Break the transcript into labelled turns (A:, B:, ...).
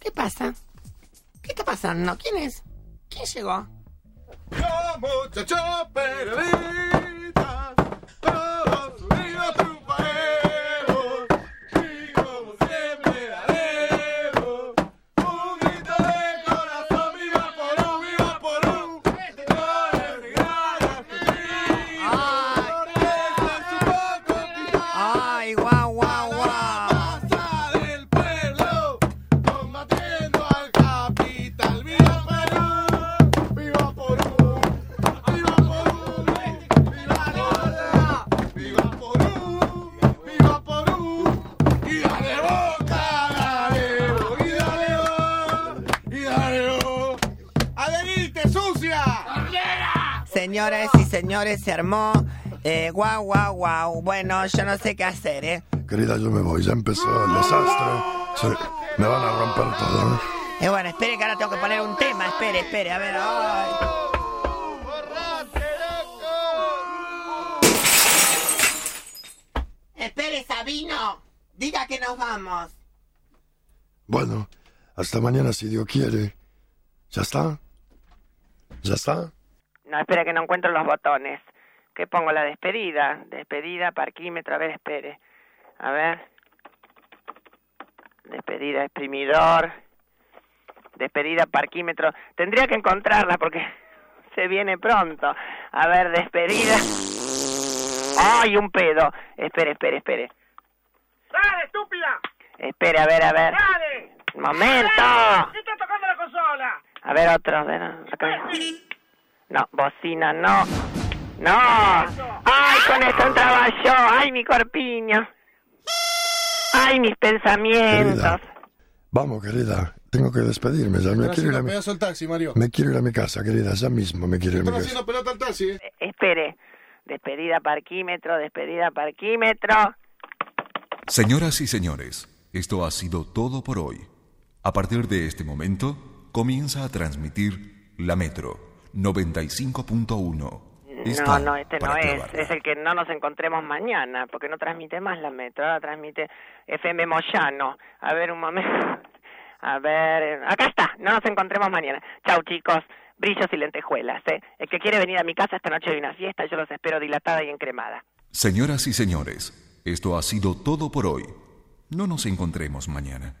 A: ¿Qué pasa? ¿Qué está pasando? ¿Quién es? ¿Quién llegó?
B: La muchacha perdida, todos los chuparemos, y como siempre daremos un grito de corazón, viva por un, viva por un, señores de gran Argentina, porque es un poco
C: ¡Ay, guau, guau, guau!
B: Pasa del perro, combatiendo al capital. Viva Perú, viva Perú, viva Perú, viva Boca, viva Perú, viva Perú, y dale boca, dale bo, y dale bo, y dale bo. Adelante, sucia.
C: Señoras y señores, se armó. Eh, guau, guau, guau. Bueno, yo no sé qué hacer, ¿eh?
D: Querida, yo me voy. Ya empezó el desastre. Se- me van a romper todo. ¿eh?
C: Eh, bueno, espere que ahora tengo que poner un tema. Espere, espere, a ver. ay.
A: Espere, Sabino. Diga que nos vamos.
D: Bueno, hasta mañana si Dios quiere. ¿Ya está? ¿Ya está?
C: No, espere que no encuentro los botones. ¿Qué pongo? La despedida. Despedida, parquímetro. A ver, espere. A ver. Despedida, exprimidor. Despedida, parquímetro. Tendría que encontrarla porque se viene pronto. A ver, despedida. ¡Ay, un pedo! Espere, espere, espere.
E: ¡Dale, estúpida!
C: Espere, a ver, a ver.
E: ¡Dale!
C: ¡Momento!
E: ¡Dale! ¿Qué está tocando la consola?
C: A ver, otro. A ver, acá. No, bocina no. No. Ay, con esto entraba yo. Ay, mi corpiño. Ay, mis pensamientos.
D: Querida. Vamos, querida. Tengo que despedirme ya. Me quiero, ir a mi,
B: pedazo el taxi, Mario.
D: me quiero ir a mi casa, querida. Ya mismo me quiero ir a mi casa.
B: pelota al taxi, eh.
C: Eh, Espere. Despedida parquímetro, despedida parquímetro.
F: Señoras y señores, esto ha sido todo por hoy. A partir de este momento, comienza a transmitir La Metro 95.1.
C: No, no, este no es. Es el que no nos encontremos mañana, porque no transmite más la metro. Ahora transmite FM Moyano. A ver, un momento. A ver, eh, acá está. No nos encontremos mañana. Chau, chicos. Brillos y lentejuelas, ¿eh? El que quiere venir a mi casa esta noche hay una fiesta, yo los espero dilatada y encremada.
F: Señoras y señores, esto ha sido todo por hoy. No nos encontremos mañana.